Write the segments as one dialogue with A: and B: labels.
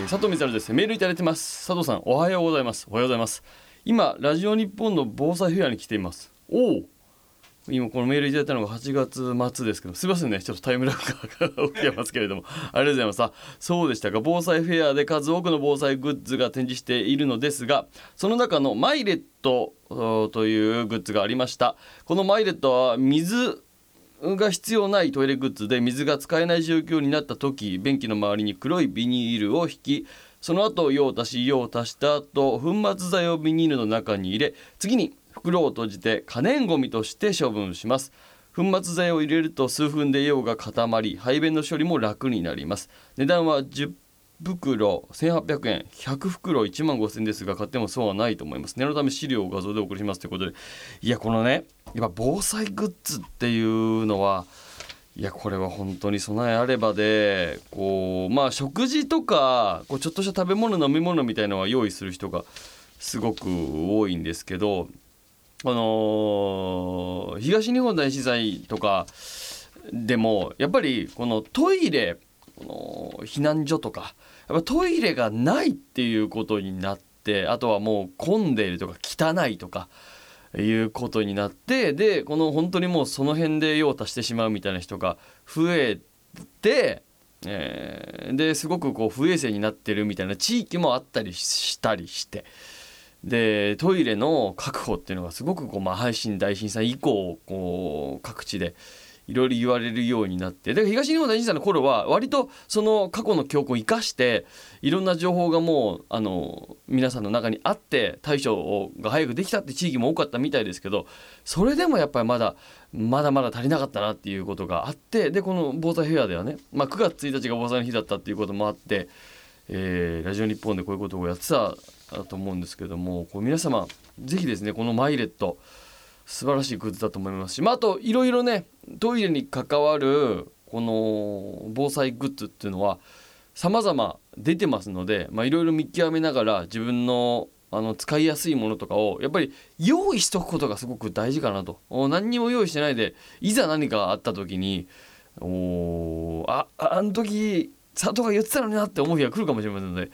A: えー佐藤光ですメールいただいてます佐藤さんおはようございますおはようございます今ラジオ日本の防災フェアに来ていますおお今このメールいただいたのが8月末ですけどすいませんねちょっとタイムラグが起きてますけれども ありがとうございますあそうでしたか防災フェアで数多くの防災グッズが展示しているのですがその中のマイレットおというグッズがありましたこのマイレットは水が必要ないトイレグッズで水が使えない状況になった時便器の周りに黒いビニールを引きその後用を足し用を足した後粉末剤をビニールの中に入れ次に袋を閉じて可燃ごみとして処分します粉末剤を入れると数分で用が固まり排便の処理も楽になります値段は10袋1800円100袋1万5000円ですが買ってもそうはないと思います念のため資料を画像でお送りしますということでいやこのねやっぱ防災グッズっていうのはいやこれは本当に備えあればでこうまあ食事とかこうちょっとした食べ物飲み物みたいのは用意する人がすごく多いんですけどあのー東日本大震災とかでもやっぱりこのトイレこの避難所とかやっぱトイレがないっていうことになってあとはもう混んでいるとか汚いとかいうことになってでこの本当にもうその辺で用を足してしまうみたいな人が増えて、えーですごくこう不衛生になってるみたいな地域もあったりしたりして。でトイレの確保っていうのがすごくこう、まあ、阪神大震災以降こう各地でいろいろ言われるようになってで東日本大震災の頃は割とその過去の教訓を生かしていろんな情報がもうあの皆さんの中にあって対処をが早くできたって地域も多かったみたいですけどそれでもやっぱりまだまだまだ足りなかったなっていうことがあってでこの防災フェアではね、まあ、9月1日が防災の日だったっていうこともあって。えーラジオ日本でこういうことをやってたと思うんですけどもこう皆様ぜひですねこのマイレット素晴らしいグッズだと思いますし、まあ、あといろいろねトイレに関わるこの防災グッズっていうのは様々出てますのでまあいろいろ見極めながら自分のあの使いやすいものとかをやっぱり用意しとくことがすごく大事かなとお何にも用意してないでいざ何かあった時におーあああの時佐藤が言ってたのになって思う日が来るかもしれませんので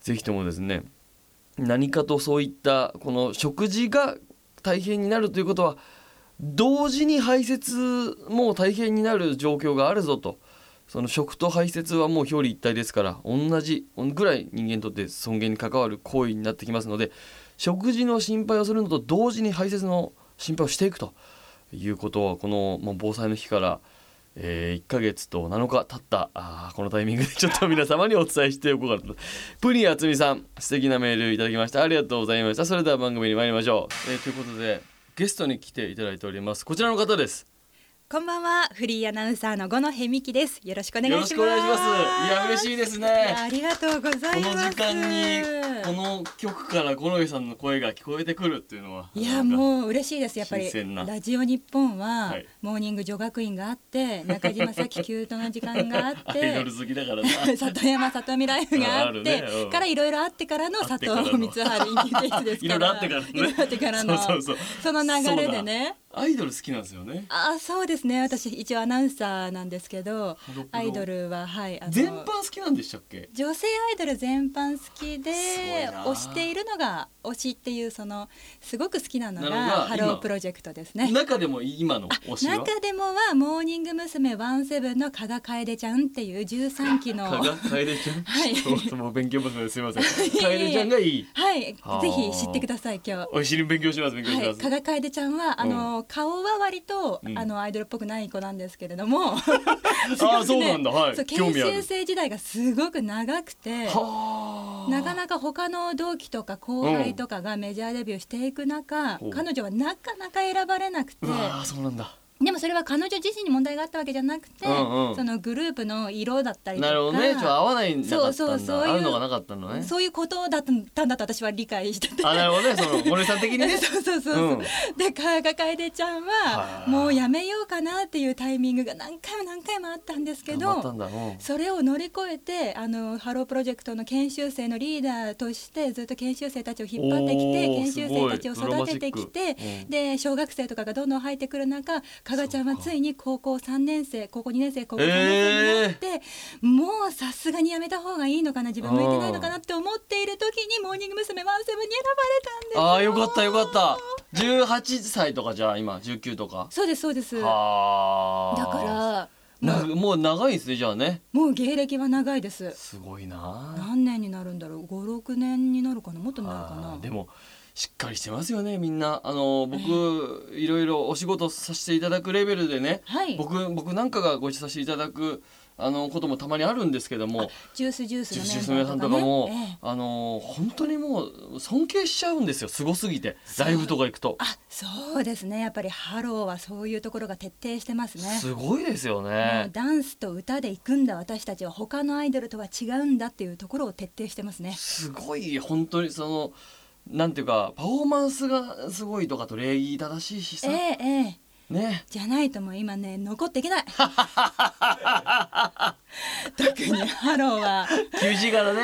A: ぜひともですね何かとそういったこの食事が大変になるということは同時に排泄も大変になる状況があるぞとその食と排泄はもう表裏一体ですから同じぐらい人間にとって尊厳に関わる行為になってきますので食事の心配をするのと同時に排泄の心配をしていくということはこの、まあ、防災の日から、え1ヶ月と7日経ったあーこのタイミングでちょっと皆様にお伝えしておこうかなとプニあつみさん素敵なメールいただきましたありがとうございましたそれでは番組に参りましょう、えーということでゲストに来ていただいておりますこちらの方です
B: こんばんは、フリーアナウンサーの五野辺美希です。よろしくお願いします。
A: よろしくお願いしますいや嬉しいですね
B: いやありがとうござ
A: こ
B: い
A: の
B: ます。
A: 時間にこの曲から五郎さんの声が聞こえてくるっていうのはいい
B: やもう嬉しいですやっぱり
A: 新鮮な
B: ラジオ日本は
A: はい
B: モーニング女学院があって中島さきキュートの時間があっ
A: アイドル
B: て
A: 好きだからな
B: 里山里見ライフがあっ
A: あ
B: て
A: るねうん
B: からいろいろあってからの佐藤
A: あってからの
B: 光晴インディーズです
A: い
B: か
A: ろ
B: ら
A: いろあってからね
B: いろいろあってからの
A: そうそうそう
B: その流れでね
A: アイドル好きなんですよね
B: あそうですね私一応アナウンサーなんですけど
A: ロプロ
B: アイドルははいあの
A: 全般好きなんでしたっけ
B: 女性アイドル全般好きです
A: ごいな
B: 推しているのが推しっていうそのすごく好きなのが
A: なるほど
B: ハロープロジェクトですね。
A: 中でも今の推しは
B: 中でもはモーニング娘。ワンセブンの加賀楓ちゃんっていう13期の
A: かが楓ちゃん、
B: はい
A: ちょっともう勉強不足ですいま せん
B: え
A: 楓ちゃんがいい
B: はいぜ
A: はあ
B: ひ知ってください今日。
A: お尻勉強します勉強し
B: は
A: ま
B: い、
A: す、
B: 加賀楓ちゃんはあの、顔は割と、
A: うん
B: あのアイドルっぽくない子なんですけれど
A: あ
B: も
A: あそうなんだはい
B: そう
A: 興
B: 研
A: 味ある
B: 修生時代がすごく長くて
A: はあ
B: なかなか他の同期とか後輩とかがメジャーデビューしていく中、
A: ほう
B: 彼女はなかなか選ばれなくて
A: うわあそうなんだ
B: でもそれは彼女自身に問題があったわけじゃなくて、
A: うんうん
B: そのグループの色だったりと
A: な
B: か
A: るほどねちょっと合わないんだなかったんだ
B: そうそうそういう
A: 合うのがなかったのね
B: そういうことだったんだと私は理解してて。
A: あなるほどねその森さん的にね
B: そうそうそうそう、
A: うん
B: で川が楓ちゃん
A: は
B: はもうやめようかなっていうタイミングが何回も何回もあったんですけ
A: 頑張った
B: ど
A: んだうん
B: それを乗り越えてあのハロープロジェクトの研修生のリーダーとしてずっと研修生たちを引っ張ってきて
A: おー
B: 研修生たちを
A: すごい
B: 育ててき
A: ドラマチ
B: て
A: ックうん
B: で小学生とかがどんどん入ってくる中加賀ちゃんは
A: そうか
B: ついに高校3年生高校2年生高校3年生になって、もうさすがにやめた方がいいのかな自分向いてないのかなって思っている時にモーニング娘。ワンセブンに選
A: あ
B: ば
A: あ
B: れたんです
A: よかったよかった18歳とかじゃあ今19とか
B: そうですそうですだか
A: はあ
B: ら
A: な
B: もう
A: もう長いですねじゃあね
B: もう芸歴は長いです
A: すごいな
B: 何年になるんだろう56年になるかなもっとになるか
A: あ
B: な
A: ーでもしっかりしてますよねみんなあの僕いろいろお仕事させていただくレベルでね
B: はい
A: 僕僕なんかがご一緒させていただくあのこともたまにあるんですけども
B: ジュースジュー
A: ジュー
B: ス
A: ス
B: の
A: の皆
B: メンバ
A: さ
B: ー
A: ん
B: と
A: と
B: かね
A: かも、
B: ええ
A: あの本当にもう尊敬しちゃうんですよすごすぎて
B: そう
A: ライブとか行くと
B: あそうですねやっぱりハローはそういうところが徹底してますね
A: すごいですよ
B: もう
A: ね
B: ダンスと歌で行くんだ私たちは他のアイドルとは違うんだっていうところを徹底してますね
A: すごい本当にそのなんていうかパフォーマンスがすごいとかと礼儀正しいし
B: え
A: さ、
B: えええ
A: ね
B: じゃないともう今ね残っていけ ない特にハロ ーは、
A: 球児から
B: ええ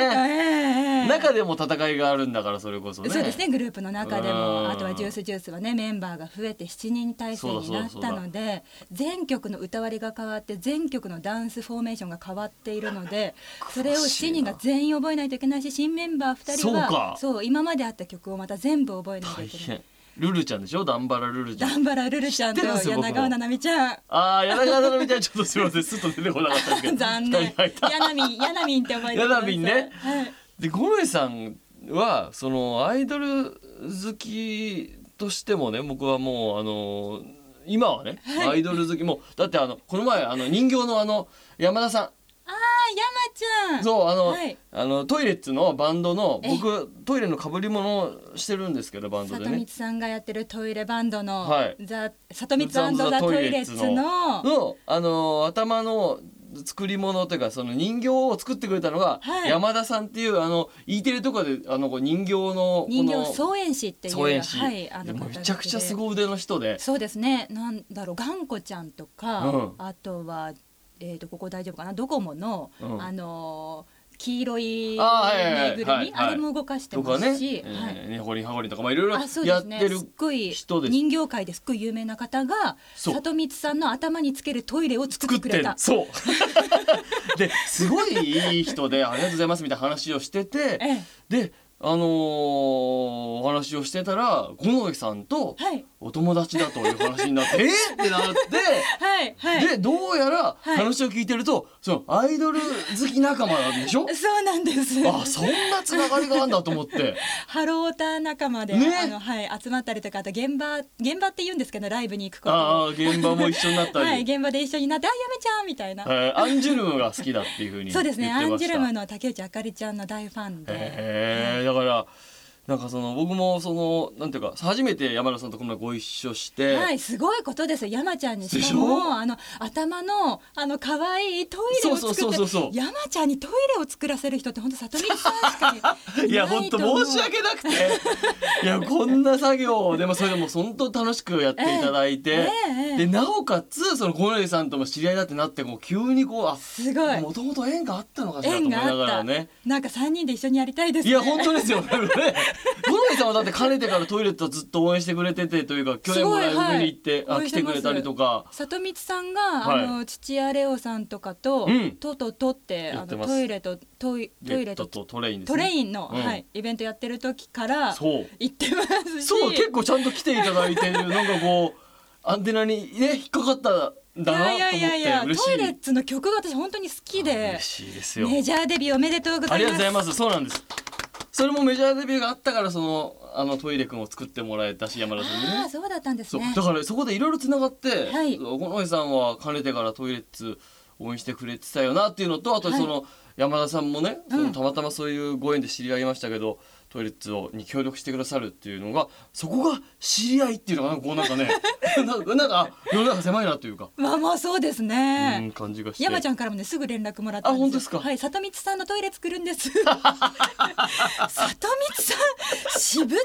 A: ね
B: ええ
A: 中でも戦いがあるんだからそれこそね
B: そうですねグループの中で
A: うん
B: もあとはジュースジュースはねメンバーが増えて7人体制になっ
A: そうだ
B: た
A: そうだ
B: ので全曲の歌割りが変わって全曲のダンスフォーメーションが変わっている のでそれを
A: 詳しい
B: 7
A: な
B: 人が全員覚えないといけないし新メンバー2人
A: そうか
B: はそう今まであった曲をまた全部覚えないと
A: 大
B: いけない
A: 変。ルルちゃんでしょダンバラルルちゃ
B: ダ
A: ん
B: ンバラルルちゃんと
A: 知ってますよ僕も
B: 柳川ななみち ゃん
A: ああ柳川のみたいにちょっとすいませんすっと出てこなかったんですけど
B: 残念
A: 二人入った
B: やなみんやなみんって覚えてくだ
A: やな
B: さい
A: みんね
B: はい
A: で五郎井さんはそのアイドル好きとしてもね僕はもうあの今はね、アイドル好きもうだってあのこの前あの人形のあの山田さ
B: あー
A: ん
B: 山ちゃん
A: そうあの,、
B: はい
A: あのトイレッツのバンドの
B: え
A: 僕トイレの被り物をしてるんですけどバンドで
B: 里
A: ね
B: 光さんがやってるトイレバンドの、
A: はい
B: ザ里光ザ・トイレッツの
A: のあの頭の作り物というかその人形を作ってくれたのが、
B: はい
A: 山田さんっていうあの E テレとかであのこう人形のこの
B: 人形総演師っていう
A: そうやし、
B: はい、あの
A: でも
B: 方
A: めちゃくちゃす
B: で
A: ご腕の人で
B: そうですねなんだろう頑固ちゃんとか、
A: うん
B: あとは、えー、とここ大丈夫かなドコモの、
A: うん
B: あのー黄色い
A: あはいはいはい
B: ぬいぐる
A: はい
B: みあれも動かして
A: とか
B: ま
A: ね
B: すし、
A: え
B: はい
A: ーねほりはほりとかまあいろいろ
B: あそうで
A: やっ
B: すね
A: てる
B: すっごい
A: 人です
B: 人形界ですっごい有名な方が
A: そう
B: 里光さんの頭につけるトイレを作
A: 作
B: って
A: っ
B: く
A: て
B: れ
A: る
B: た
A: そうですごいいい人でありがとうございますみたいな話をしてて
B: ええ
A: であのーお話をしてたら五野木さんと
B: はい
A: お友達だという話になって、えーってなって
B: はいはい
A: でどうやら
B: はい
A: 話を聞いてると、そのアイドル好き仲間なんでしょ
B: そうなんです
A: あそんなつながりがあるんだと思 って。
B: ハローター仲間で、
A: ね
B: あのはい、集まったりとかあと現場現場って言うんですけどライブに行くこと
A: ああ
B: を
A: 現場も一緒になったり、
B: はい、現場で一緒になって「あやめちゃん」みたいな、
A: えーアンジュルムが好きだっていうふうに
B: そ
A: 言
B: う
A: って
B: で
A: まし
B: す
A: た
B: ねアンジュルムの竹内あかりちゃんの大ファンで、
A: へえだからなんかその僕もそのなんていうか初めて山田さんとこの前ご一緒して、
B: はい、すごいことですよ山ちゃんにしか
A: でしょ
B: もあの頭のあの可愛いトイレを作って
A: そうそうそうそう
B: 山ちゃんにトイレを作らせる人って本当里見さんしかいな い
A: いや本当申し訳な くていやこんな作業をでもそれでも本当楽しくやっていただいて、
B: ええええ
A: でなおかつその小野さんとも知り合いだってなってこう急にこうあ
B: すごい
A: もともと縁があったのかしらと思い
B: 縁
A: な
B: が
A: が
B: あっ
A: ら
B: た、
A: ね。
B: なんか3人で一緒にやりたいですね
A: いや本当ですよ。 ね、五郎さんはだってかねてからトイレットずっと応援してくれててというか去年もライブに行って、
B: すごい
A: あ
B: はい応援
A: 来
B: してて
A: く
B: ます
A: れたりとか。
B: 里光さんが、
A: はい
B: あの土屋レオさんとかと、
A: うん
B: とととって
A: や
B: あ
A: って
B: の
A: ます
B: トイレとトイトイ
A: ゲ
B: レ
A: ッ
B: と
A: トとトレインです、
B: ト
A: ね。
B: レインの、
A: うん
B: はい、イベントやってる時から
A: そう
B: 行ってますし
A: そう結構ちゃんと来ていただいてるなんかこうアンテナにね引っかかったんだなと思っ
B: いやいや
A: て
B: いやいや
A: 嬉し
B: ト
A: い。
B: イレッツの曲が私本当に好きで
A: 嬉しいですよ。
B: メジャーデビューおめでとうご
A: あ
B: ざい
A: りが
B: ま
A: とう
B: す
A: ございます。そうなんです。それもメジャーデビューがあったからそのあのトイレくんを作ってもらえたし山田さんに
B: ああ
A: ね。
B: そうだったんです
A: そう
B: ね
A: だからそこでいろいろつながって、
B: はい
A: 小野井さんはかねてからトイレッツ応援してくれてたよなっていうのとあとその、山田さんもねそのたまたまそういうご縁で知り合いましたけど、トイレッツをに協力してくださるっていうのがそこが知り合いっていうのがなんかこうなんかね なんかなんかあ世の中狭いなというか、
B: まあまあそうですね、
A: うん感じがして
B: 山ちゃんからもねすぐ連絡もらったんで
A: あ
B: すよ
A: 本当ですか
B: はい里光さんのトイレ作るんです 里光さん私物のトイレ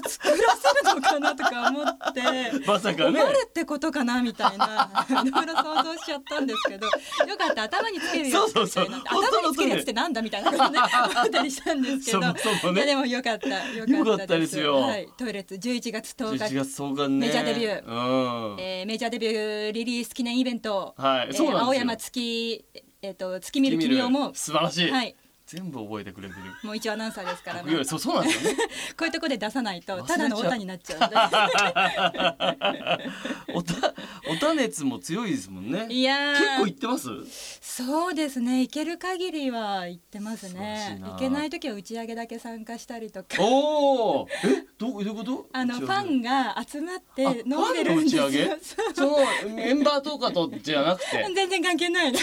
B: を作らせるのかなとか思って
A: まさかね
B: 困るってことかなみたいないろいろ想像しちゃったんですけどよかった頭につけるやつみたいな
A: そうそうそう
B: 頭につけるやつってなんだみたいなことね思ったりしたんですけ
A: そ
B: ど
A: もそもね
B: やでもよかったよ
A: よかったですよ
B: はい、トイレット11月10
A: 11
B: 日
A: 月10日ね
B: メジャーデビ
A: ー
B: ュ
A: うん、
B: えーメジャーデビューリリース記念イベント、
A: はい
B: えー
A: そうなんですよ
B: 青山月、えー、と月見る君をも
A: 素晴らしい、
B: はい、
A: 全部覚えてくれてる
B: もう一応アナウンサーですから
A: 僕よ
B: ね
A: りそうそうなんですよね
B: こういうとこで出さない
A: 忘れち
B: と
A: ゃう
B: ただのオタになっちゃうんで
A: おたおた熱も強いですもんね
B: いやー
A: 結構行ってます
B: そうですね行ける限りは行ってます
A: 素晴らしい
B: ね
A: な
B: 行けない時は打ち上げだけ参加したりとか
A: おおえどうどういうこと
B: あのファンが集まって
A: あ
B: 飲んでるんです
A: ファンの
B: よ
A: 打ち上げ
B: そう
A: そのメンバーとかとじゃなく て
B: 全然関係ないね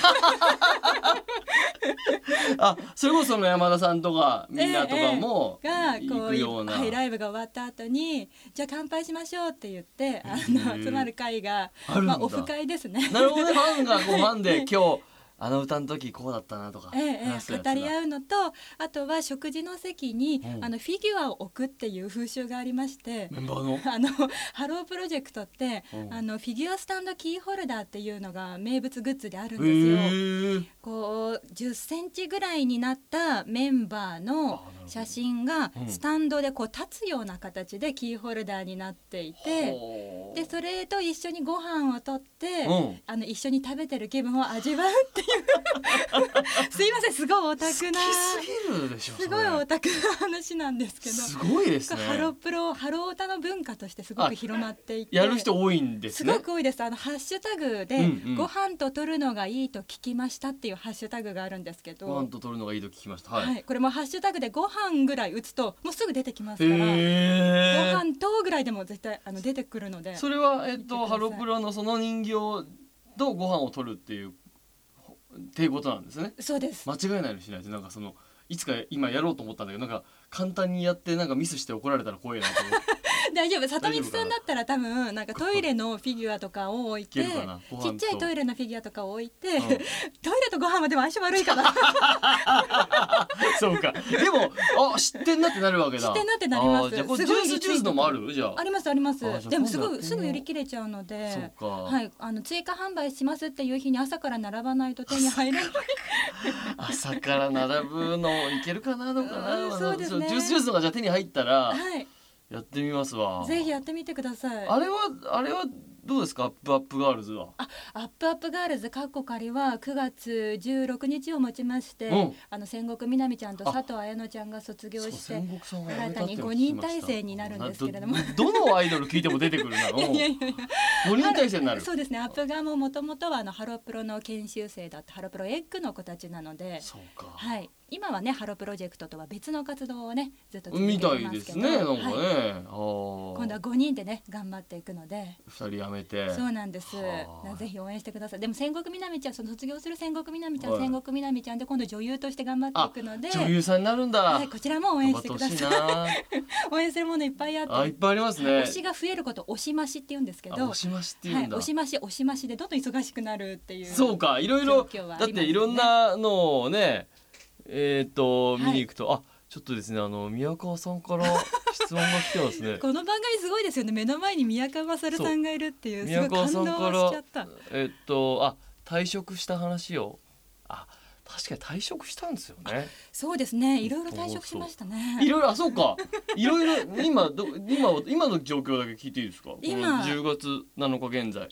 A: あそれこそその山田さんとかみんなとかも
B: が
A: 行
B: こ
A: くよう
B: う
A: な、
B: はいライブが終わった後にじゃあ乾杯しましょうって言ってあ
A: へえ
B: の集まる会が
A: あるんだ
B: まあオフ会ですね
A: なるほどねファンがこうファンで今日あの歌の時こうだったなとか
B: ええ
A: 話す
B: ええ
A: やつ
B: 語
A: だ
B: り合うのとあとは食事の席に、
A: うん
B: あのフィギュアを置くっていう風習がありまして。
A: メンバーの
B: あのハロープロジェクトって、
A: うん
B: あのフィギュアスタンドキーホルダーっていうのが名物グッズであるん
A: へ
B: ですよ。
A: ー
B: こう10センチぐらいになったメン
A: あ
B: バーの
A: なるほど
B: 写真が
A: うん
B: スタンドでこう立つような形でキーホルダーになっていて。
A: ほう
B: でそれと一緒にご飯をとって、
A: うん
B: あの一緒に食べてる気分を味わうっていう すいませんすごいオタクな
A: 好きすぎるでしょ
B: す
A: そ
B: ごい
A: れ
B: オタクな話なんですけど
A: すごいですね
B: ハロプロハロオタの文化としてすご
A: あ
B: く広まっていて
A: やる人多いんです
B: す
A: ね
B: ごく多いですあのハッシュタグで、
A: うんうん
B: ご飯と取るのがいいと聞きましたっていうハッシュタグがあるんですけど
A: ご飯と取るのがいいと聞きました
B: は、
A: はいい、
B: これもハッシュタグでご飯ぐらい打つともうすぐ出てきますから、ご
A: へー
B: 飯とぐらいでも絶対あの出てくるので
A: それはえっ
B: 見
A: と
B: てくださ
A: ハ
B: い
A: ロプロのその人形とご飯を取るっていうっていうことなんですね
B: そうです
A: 間違えないようにしないとなんかそのいつか今やろうと思ったんだけどなんか簡単にやってなんかミスして怒られたら怖いなと思って
B: 大丈夫里光さんだったら多分なんかトイレのフィギュアとかを置いて
A: い
B: ち
A: けるかなご飯と
B: っちゃいトイレのフィギュアとかを置いて、
A: うん
B: トイレとご飯はでも相性悪いから
A: そうかでもあ知ってんなってなるわけだ
B: 知ってんなってなります
A: あーじゃあこれ
B: す
A: ジュ
B: ご
A: ー
B: い
A: スジ
B: リツ
A: ュ
B: イ
A: ー
B: ー
A: ス
B: ト
A: のもあるじゃあ
B: ありますあります
A: あじゃあ
B: でもす
A: 今度やってみよう
B: ぐすぐ売り切れちゃうので
A: そうか、
B: はい、あの追加販売しますっていう日に朝から並ばないと手に入らない
A: 朝から並ぶのいけるかなどうかな、
B: うんそうですね
A: ジュースジュースのがじゃあ手に入ったら
B: はい
A: やってみますわ
B: ぜひやってみてください
A: あれはあれはどうですかアップアップガールズは
B: あアップアップガールズかっこ仮は9月16日をもちまして、
A: うん
B: あの戦国みなみちゃんと
A: あ
B: 佐藤綾乃ちゃんが卒業
A: そう
B: して
A: 戦国さんはやめ
B: 新
A: た
B: た
A: って
B: に
A: いうのを
B: 5
A: 聞き
B: 人
A: ました
B: 体制になるんですけれども
A: など どのアイドル聞いても出てくるな
B: いやいやいやいや
A: 5人体制になる
B: そうですねアップ側ももともとはあのハロプロの研修生だったハロプロエッグの子たちなので、
A: そうか、
B: はい、今はねハロプロジェクトとは別の活動をねずっと続け
A: み
B: てま
A: た
B: すけど
A: いですねなんかね、
B: は
A: あ
B: い今度
A: ー
B: は5人でね頑張っていくので。
A: 二人やめて
B: そうなんです
A: はあ。
B: ぜひ応援してください。でも戦国みなみちゃん、その卒業する戦国みなみちゃん、
A: はい
B: 戦国みなみちゃんで今度女優として頑張っていくので、
A: 女優さんになるんだ、
B: はい、こちらも応援
A: 頑張
B: し
A: ってて
B: く
A: ほし
B: だ
A: い
B: さい。
A: な
B: 応援するものいっぱいあ って、
A: あいっぱいありますね
B: 推しが増えること推し増しって言うんですけ
A: あ
B: ど、
A: 押しましってい
B: は
A: う
B: い、
A: んだ、
B: 押し増し押し増しでどんどん忙しくなるっていう
A: そうかいろいろ、
B: 状況は
A: だ
B: あります
A: っ
B: ね
A: ていろんなのをねえっ、と
B: はい
A: 見に行くと、あちょっとですねあの宮川さんから質問が来てますね
B: この番組すごいですよね目の前に宮川勝さんがいるっていうすご
A: 宮
B: い
A: 川
B: 感
A: さんか
B: 動しちゃった
A: らえっ、とあ退職した話をあ確かに退職したんですよね
B: そうですねいろいろ退職しましたね
A: いろいろあそうかいろいろ今ど今は今の状況だけ聞いていいですかこの
B: 今
A: 10月7日現在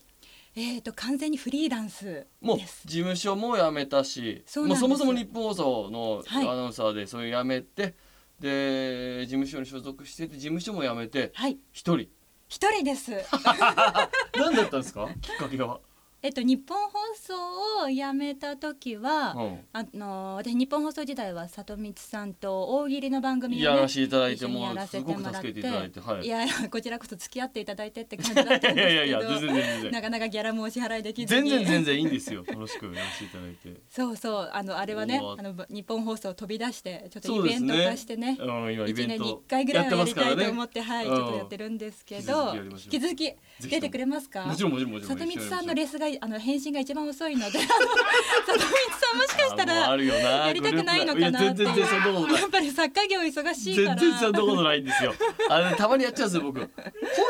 B: えっ、と完全にフリーランス
A: もう事
B: です
A: 務所も辞めたし
B: そう
A: も
B: なん
A: う
B: です
A: そもそも日本放送のア
B: はい
A: ナウンサーでそれ辞めて、で事務所に所属してて事務所も辞めて
B: はい
A: 一人
B: 一人です
A: 何だったんです かきっかけは、
B: えっと日本放送を辞めた時は、
A: う
B: あの私日本放送時代は里光さんと大喜利の番
A: ん、
B: 組を、ね、
A: やらせていただいて
B: 一緒に
A: も
B: やら
A: うす
B: せ
A: ご
B: て
A: く
B: もらって
A: 助けていただいてはいい。
B: やいやこちらこそ付き合っていただいてって感じだったんですけ ど
A: いやい やいや全然全然
B: なかなかギャラもお支払いできず
A: 全
B: に
A: 然全然いいんですよ楽しくやらせていただいて。
B: そうそうあのあれはね
A: うわ
B: あの日本放送を飛び出して ちょっ
A: そ
B: と
A: うで
B: イベ
A: す
B: ント化してね
A: あの今イ
B: 一
A: ベ
B: 年
A: ン
B: に
A: ト
B: 一回ぐらいはやりたいと思
A: ね
B: っ。てはいち
A: うん
B: ょっとやってるんですけど
A: 引き続きやりましょうひとも
B: 引き続き出てくれますか
A: もちろんもちろんもちろん。
B: 里光さんの
A: レ
B: レスがあの返信が一番遅い のであの里光さんもしかしたらやりたくないのかなってい
A: 全然そんなことないう
B: やっぱり作家業忙しいか
A: 全
B: ら
A: 然そんなことないんですよ。あのたまにやっちゃうんですよ僕。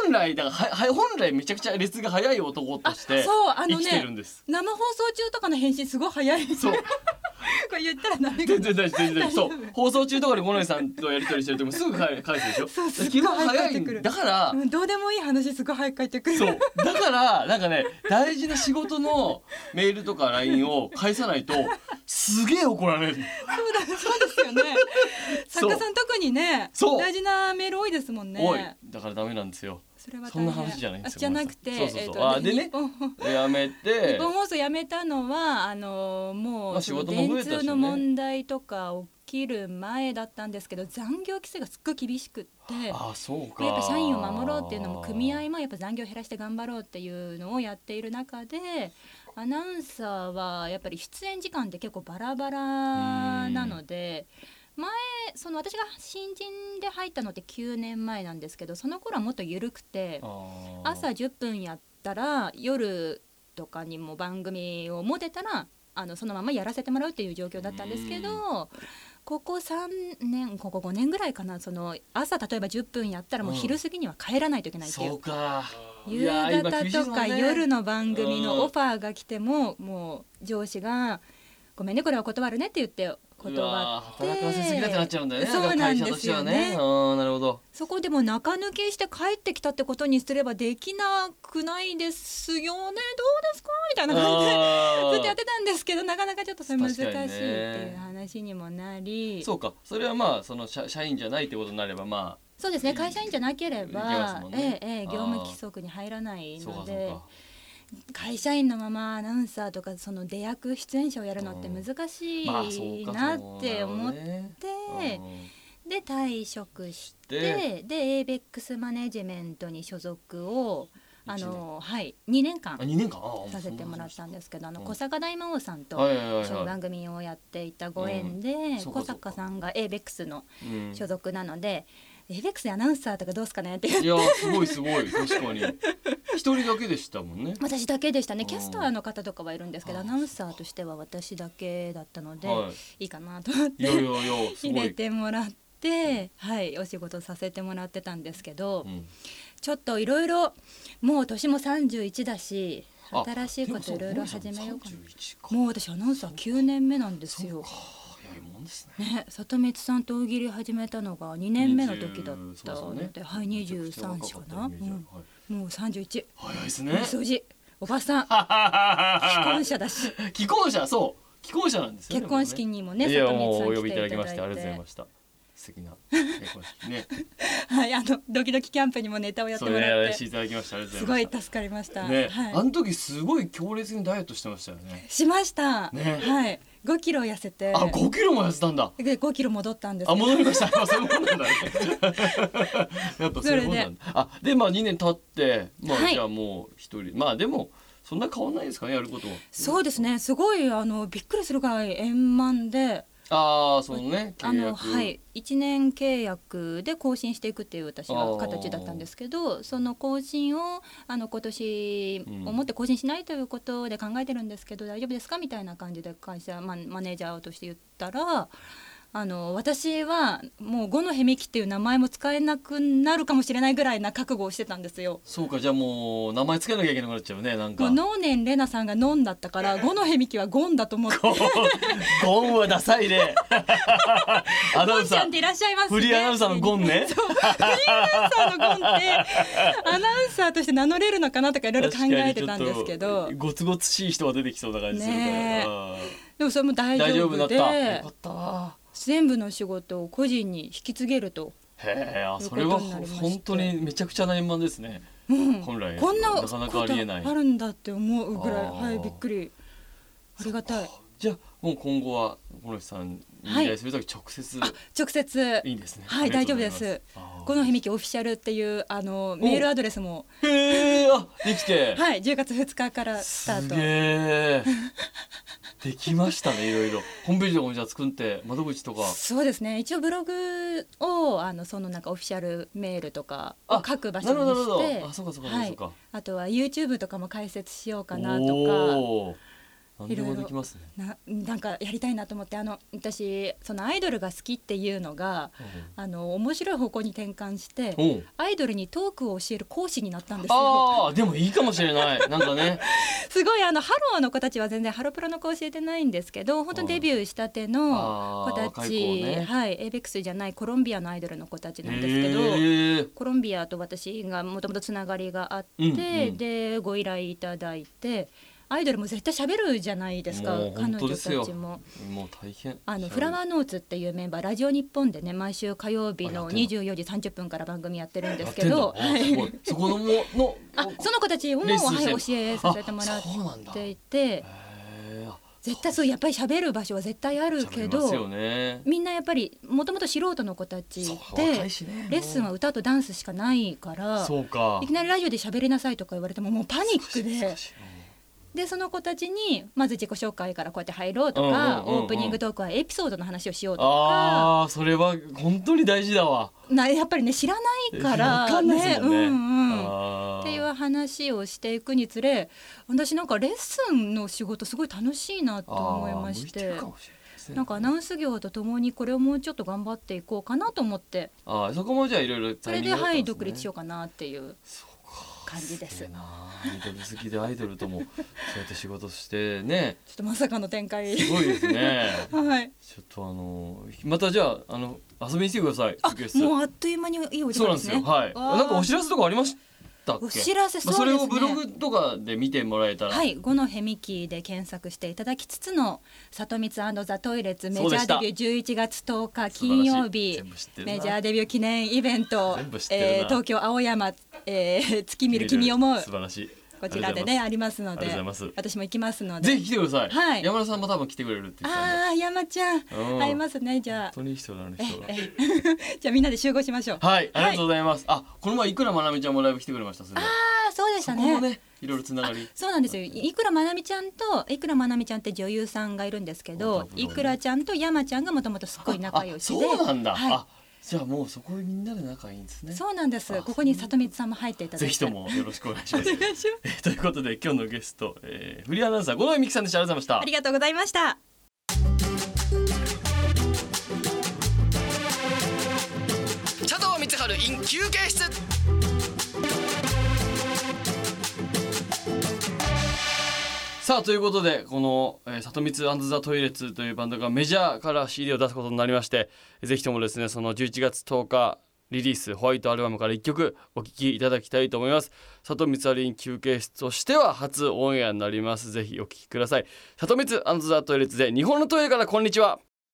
A: 本来だからはは本来めちゃくちゃ列が早い男として
B: あそうあ
A: 生
B: のね
A: きてるんです。
B: 生放送中とかの返信すごい早い
A: そう。
B: これ言ったらダメか
A: 全
B: な
A: 然大丈夫全然大丈夫
B: 大丈夫
A: そう放送中とかで五ノ井さんとやり取りしてるともすぐ返返すでしょ
B: そうすっごい
A: 基本早い
B: 返ってくる
A: んだから
B: うんどうでもいい話すごい早く帰ってくる
A: そうだからなんかね大事な仕事のメールとか LINE を返さないとすげえ怒られる
B: そうだそうですよね。
A: そ
B: 作
A: う
B: 家さん特にね、
A: そう
B: 大事なメール多いですもんね。
A: おいだからダメなんですよ
B: それは大変
A: そんな話じゃないんですよ
B: あじゃなくて、
A: そうそうそう
B: えっと
A: あでね
B: 日本放
A: やめ
B: 日
A: て
B: 本放送やめたのはあのもう、
A: まあ仕事も増えた
B: 電
A: しね
B: 通の問題とか起きる前だったんですけど、残業規制がすっごい厳しくって。
A: あそうか
B: でやっぱ社員を守ろうっていうのも組合もやっぱ残業減らして頑張ろうっていうのをやっている中でアナウンサーはやっぱり出演時間って結構バラバラなので前その私が新人で入ったのって9年前なんですけどその頃はもっと緩くて
A: あー
B: 朝10分やったら夜とかにも番組を持てたらあのそのままやらせてもらうっていう状況だったんですけどここ3年ここ5年ぐらいかなその朝例えば10分やったらもう
A: うん
B: 昼過ぎには帰らないといけないってい
A: そう
B: う。
A: かい
B: 夕
A: やー今厳
B: 方
A: しいです
B: と
A: もんね
B: か夜の番組
A: うん
B: のオファーが来てももう上司が「ごめんねこれは断るね」って言って
A: う
B: 断っ
A: わー働かせすぎだってなっちゃうんだよね
B: そうなん
A: 会社
B: ですよね
A: としてはねあーなるほど
B: そこでも中抜けして帰ってきたってことにすればできなくないですよねどうですかみたいな感じで
A: あー
B: ずっとやってたんですけどなかなかちょっとそれ難しいって
A: 確かにね
B: いう話にもなりそ
A: そううかそれはまあその社社員じゃないってことになればま
B: ですね会社員じゃなけれ
A: いけます
B: ば
A: もん、ね
B: ええええ
A: あー
B: 業務規則に入らない
A: あそうかそ
B: の
A: う
B: で
A: か
B: 会社員のままアナウンサーとかその出役出演者をやるのって難し
A: まあそう
B: い
A: か
B: なって思っ
A: そうだろうね
B: てで退職し
A: で
B: てで ABEX マネジメントに所属をあの、はい、2年間
A: あ2年間あ
B: させてもらったんですけどあの
A: うん
B: 小坂大魔王さんと
A: はいはいはいはい
B: 一緒に番組をやっていたご縁で
A: んそうか
B: 小
A: そうか
B: 坂さんが ABEX の
A: うん
B: 所属なので「ABEX でアナウンサーとかどうですかね?」って言う
A: いやすごいすごい確かに一人だけでしたもんね
B: 私だけでした
A: う
B: ね
A: ん
B: キャスターの方とかはいるんですけど
A: あ
B: アナウンサーとしては私だけだったので、、
A: はい
B: いかなと思っ
A: いやいや
B: て
A: いやす
B: 入
A: ご
B: れ
A: い
B: てもらって、はい、お仕事させてもらってたんですけど。
A: うん
B: ちょっといろいろもう年も31だし
A: あ
B: 新しいこといろいろ始めようか
A: でもそう
B: なも
A: 五
B: う
A: 郎さん31か
B: 私アナウンサー9年目なんですよ。
A: そうか早いもんですね
B: ね、里光さんと大喜利始めたのが2年目の時だっ
A: 20
B: た
A: そう
B: の
A: で
B: で、
A: すよね
B: はい23歳かな、
A: めちゃくちゃ若ったイメージあるはい
B: うんもう31、
A: 早いです
B: お
A: ね
B: 掃除おばさん既婚者だし
A: 既婚者そう既婚者なんですよね
B: 結婚式にもね
A: いや
B: 里
A: も
B: 光
A: う
B: さ
A: お
B: ん
A: 呼
B: 来
A: びいた
B: て
A: だ
B: い
A: き
B: た
A: まし
B: だ
A: てありが
B: い
A: とうござい
B: て
A: ました素敵な結婚式ね
B: はいあのドキドキキャンプにもネタをやっ
A: そ
B: て
A: れ
B: も
A: ねや
B: らっ
A: ら
B: て
A: せていただきましたありがとう
B: す
A: ご
B: ご
A: ざい
B: い
A: ました
B: 助かりました、
A: ね、あ
B: はい、
A: の時すごい強烈にダイエットしてましたよね
B: しました、
A: ね
B: はい5キロ痩せて
A: あ5キロも痩せたんだ
B: で5キロ戻ったんです
A: あ
B: けど
A: 戻りましたあそういうもんなんだ ねやっぱそういうもんなんだあでまあ2年経ってまあ、
B: はい
A: じゃあもう一人まあでもそんな変わんないですかねやることは
B: そうですねすごいあのびっくりするぐらい円満で
A: ああそのね
B: あ
A: 契約
B: の、はい、1年契約で更新していくっていう私は形だったんですけどその更新をあの今年
A: うん
B: をもって更新しないということで考えてるんですけど、大丈夫ですかみたいな感じで会社マンマネージャーとして言ったら。あの私はもう「五のへみき」っていう名前も使えなくなるかもしれないぐらいな覚悟をしてたんですよ。
A: そうかじゃあもう名前つけなきゃいけなくなっちゃうねなん
B: も
A: か
B: う能年玲奈さんが「ノン」だっ たから「五のへみき」は「ゴン」だと思って
A: ゴンはダサい ねアナウン
B: ち
A: サ
B: ゃんっ
A: ー
B: ていらっしゃいますね
A: フリーアナウンサーのゴンね
B: そうフリーアナウンサーのゴンってアナウンサーとして名乗れるのかなとかいろいろ考えてたんですけ
A: 確かにちょ
B: ど
A: っとゴツゴツしい人が出てきそうな感じするから、
B: ねえ
A: あ
B: でもそれも
A: ー
B: 大
A: 大丈
B: 丈
A: 夫だ
B: 夫
A: った
B: で
A: よかったわ
B: 全部の仕事を個人に引き継げると、
A: へえあ
B: という
A: そ
B: こと
A: れ
B: に
A: は
B: なりまして
A: 本当にめちゃくちゃな円満ですね
B: うん、
A: 本来
B: こんな
A: なかなかありえない
B: ことあるんだって思うぐらい
A: あー
B: はいびっくりありがたい
A: じゃあもう今後は小野木さんに依
B: はい
A: 頼するとき直接
B: あ直接
A: いいんですね、
B: はい
A: ありがとうござま
B: 大丈夫です
A: あー
B: このひみきオフィシャルっていうあのメールアドレスも
A: へえあできて、
B: はい10月2日からスタ
A: す
B: ー
A: げ
B: ト
A: えできましたねいろいろホームページとかもじゃあ作って窓口とか
B: そうですね一応ブログをあのそのなんかオフィシャルメールとかを書く場
A: な
B: 所
A: るほどなるほ
B: にして
A: どあそうかそうか、
B: は
A: そう
B: い
A: か
B: あとは YouTube とかも開設しようかなとか
A: おー何でもできますね。
B: ななんかやりたいなと思ってあの私そのアイドルが好きっていうのがあの面白い方向に転換して
A: うん
B: アイドルにトークを教える講師になったんですよ。
A: ああでもいいかもしれない。なんかね。
B: すごいあのハローの子たちは全然ハロプロの子教えてないんですけど本当にデビューしたての
A: ああ
B: 子た
A: 若い
B: ち、
A: 子ね。
B: はいエイベックスじゃないコロンビアのアイドルの子たちなんですけど。
A: へえ
B: コロンビアと私がもともとつながりがあって、
A: うんうん
B: でご依頼いただいてアイドルも絶対喋るじゃないですか
A: もう
B: 彼
A: 本当
B: 女
A: で
B: た
A: すよ
B: ちも。
A: もう大変。
B: あのフラワーノーツっていうメンバーラジオ日本でね毎週火曜日
A: あや
B: の
A: って
B: 24時30分から番組やってるんで
A: や
B: す
A: って
B: け
A: んだ
B: ど
A: あすごいそこのもの
B: あその子たちをも、
A: レッスン
B: は
A: して
B: い、
A: る
B: 教えさせてもら
A: あそうなんだ
B: っていて
A: へえあ
B: 絶対そうやっぱり喋る場所は絶対ある
A: 喋
B: け
A: りますよ
B: ど、
A: ね。
B: みんなやっぱりもともと素人の子たち
A: そう
B: で
A: 若いしね
B: レッスンは歌とダンスしかないから
A: そうか
B: いきなりラジオで喋りなさいとか言われてももうパニックで
A: 難しい
B: でその子たちにまず自己紹介からこうやって入ろうと
A: う
B: か、
A: んうんうんうん
B: オープニングトークはエピソードの話をしようとか
A: ああそれは本当に大事だわ。
B: なやっぱりね知らないから
A: わかんないですもんね。
B: うんうん
A: あー
B: っていう話をしていくにつれ私なんかレッスンの仕事すごい楽しいなと思いまし
A: あー向い
B: て
A: るかもしれいですね
B: なんかアナウンス業とともにこれをもうちょっと頑張っていこうかなと思って
A: あーそこもじゃあいろいろ
B: そ
A: タイミン
B: れで
A: グだったんすね
B: はい独立しようかなっていう
A: そう
B: 感じですす
A: げえ。なアイドル好きでアイドルともそうやって仕事してね
B: ちょっとまさかの展開
A: すごいですね
B: はい
A: ちょっとあのまたじゃああの遊びに来てください
B: あ
A: 休憩室
B: もうあっという間にいいお時
A: そうな
B: 間
A: んで
B: で
A: すす
B: ね
A: よはい
B: わあ
A: なんかお知らせとかありましたっけ
B: お知らせ
A: まあ
B: そうで
A: れ
B: すね
A: をブログとかで見てもらえたら、
B: はい、五のヘミキで検索していただきつつの里光ザトイレツメジ
A: そうで
B: ャ
A: し
B: ー
A: た
B: デビュー十一月十日
A: 素晴らし
B: 金
A: い
B: 曜日
A: 全部知ってるな
B: メジャーデビュー記念イベント
A: 全部知ってるな
B: えー東京青山、え ー、月見る君を思う
A: 素晴らしい
B: こちらでね
A: あ
B: ありますの
A: あり
B: で
A: がとうございます
B: 私も行きますの
A: りがとうございますぜひ来て
B: で
A: ください、
B: はい
A: 山田さんも多分来てくれるって言ってたんで
B: ああー山ちゃん
A: うん
B: 会いますねじゃ
A: 本当にいい人だね
B: あ
A: 人が
B: ええ じゃあみんなで集合しましょうあ
A: はいありがとうございます、あこの前いくらまなみちゃんもライブ来てくれましたそれで
B: あそうでし
A: そ
B: た
A: こも
B: ね
A: ねいろいろつながり
B: そうなんですよいくらまなみちゃんといくらまなみちゃんって女優さんがいるんですけ
A: あ
B: ど
A: そう
B: いくらちゃんと山ちゃんがもともとすっごい仲良しで
A: あそうなんだ、
B: はい
A: あじゃあもうそこみんなで仲いいんですね
B: そうなんです
A: あ
B: ここに里光さんも入っていただいて
A: ぜひともよろしくお願いしま
B: お
A: す
B: 願いします
A: えということで今日のゲスト、えー、フリーアナウンサー五ノ井美樹さんでしたありがとうございました
B: ありがとうございました
C: 佐藤光春 in 休憩室
A: さあということでこの「えー里光ザ・トイレツ」というバンドがメジャーから CD を出すことになりましてぜひともですねその11月10日リリースホワイトアルバムから1曲お聴きいただきたいと思います里光リン休憩室としては初オンエアになりますぜひお聴きください里光ザ・トイレツで日本のトイレからこんにちは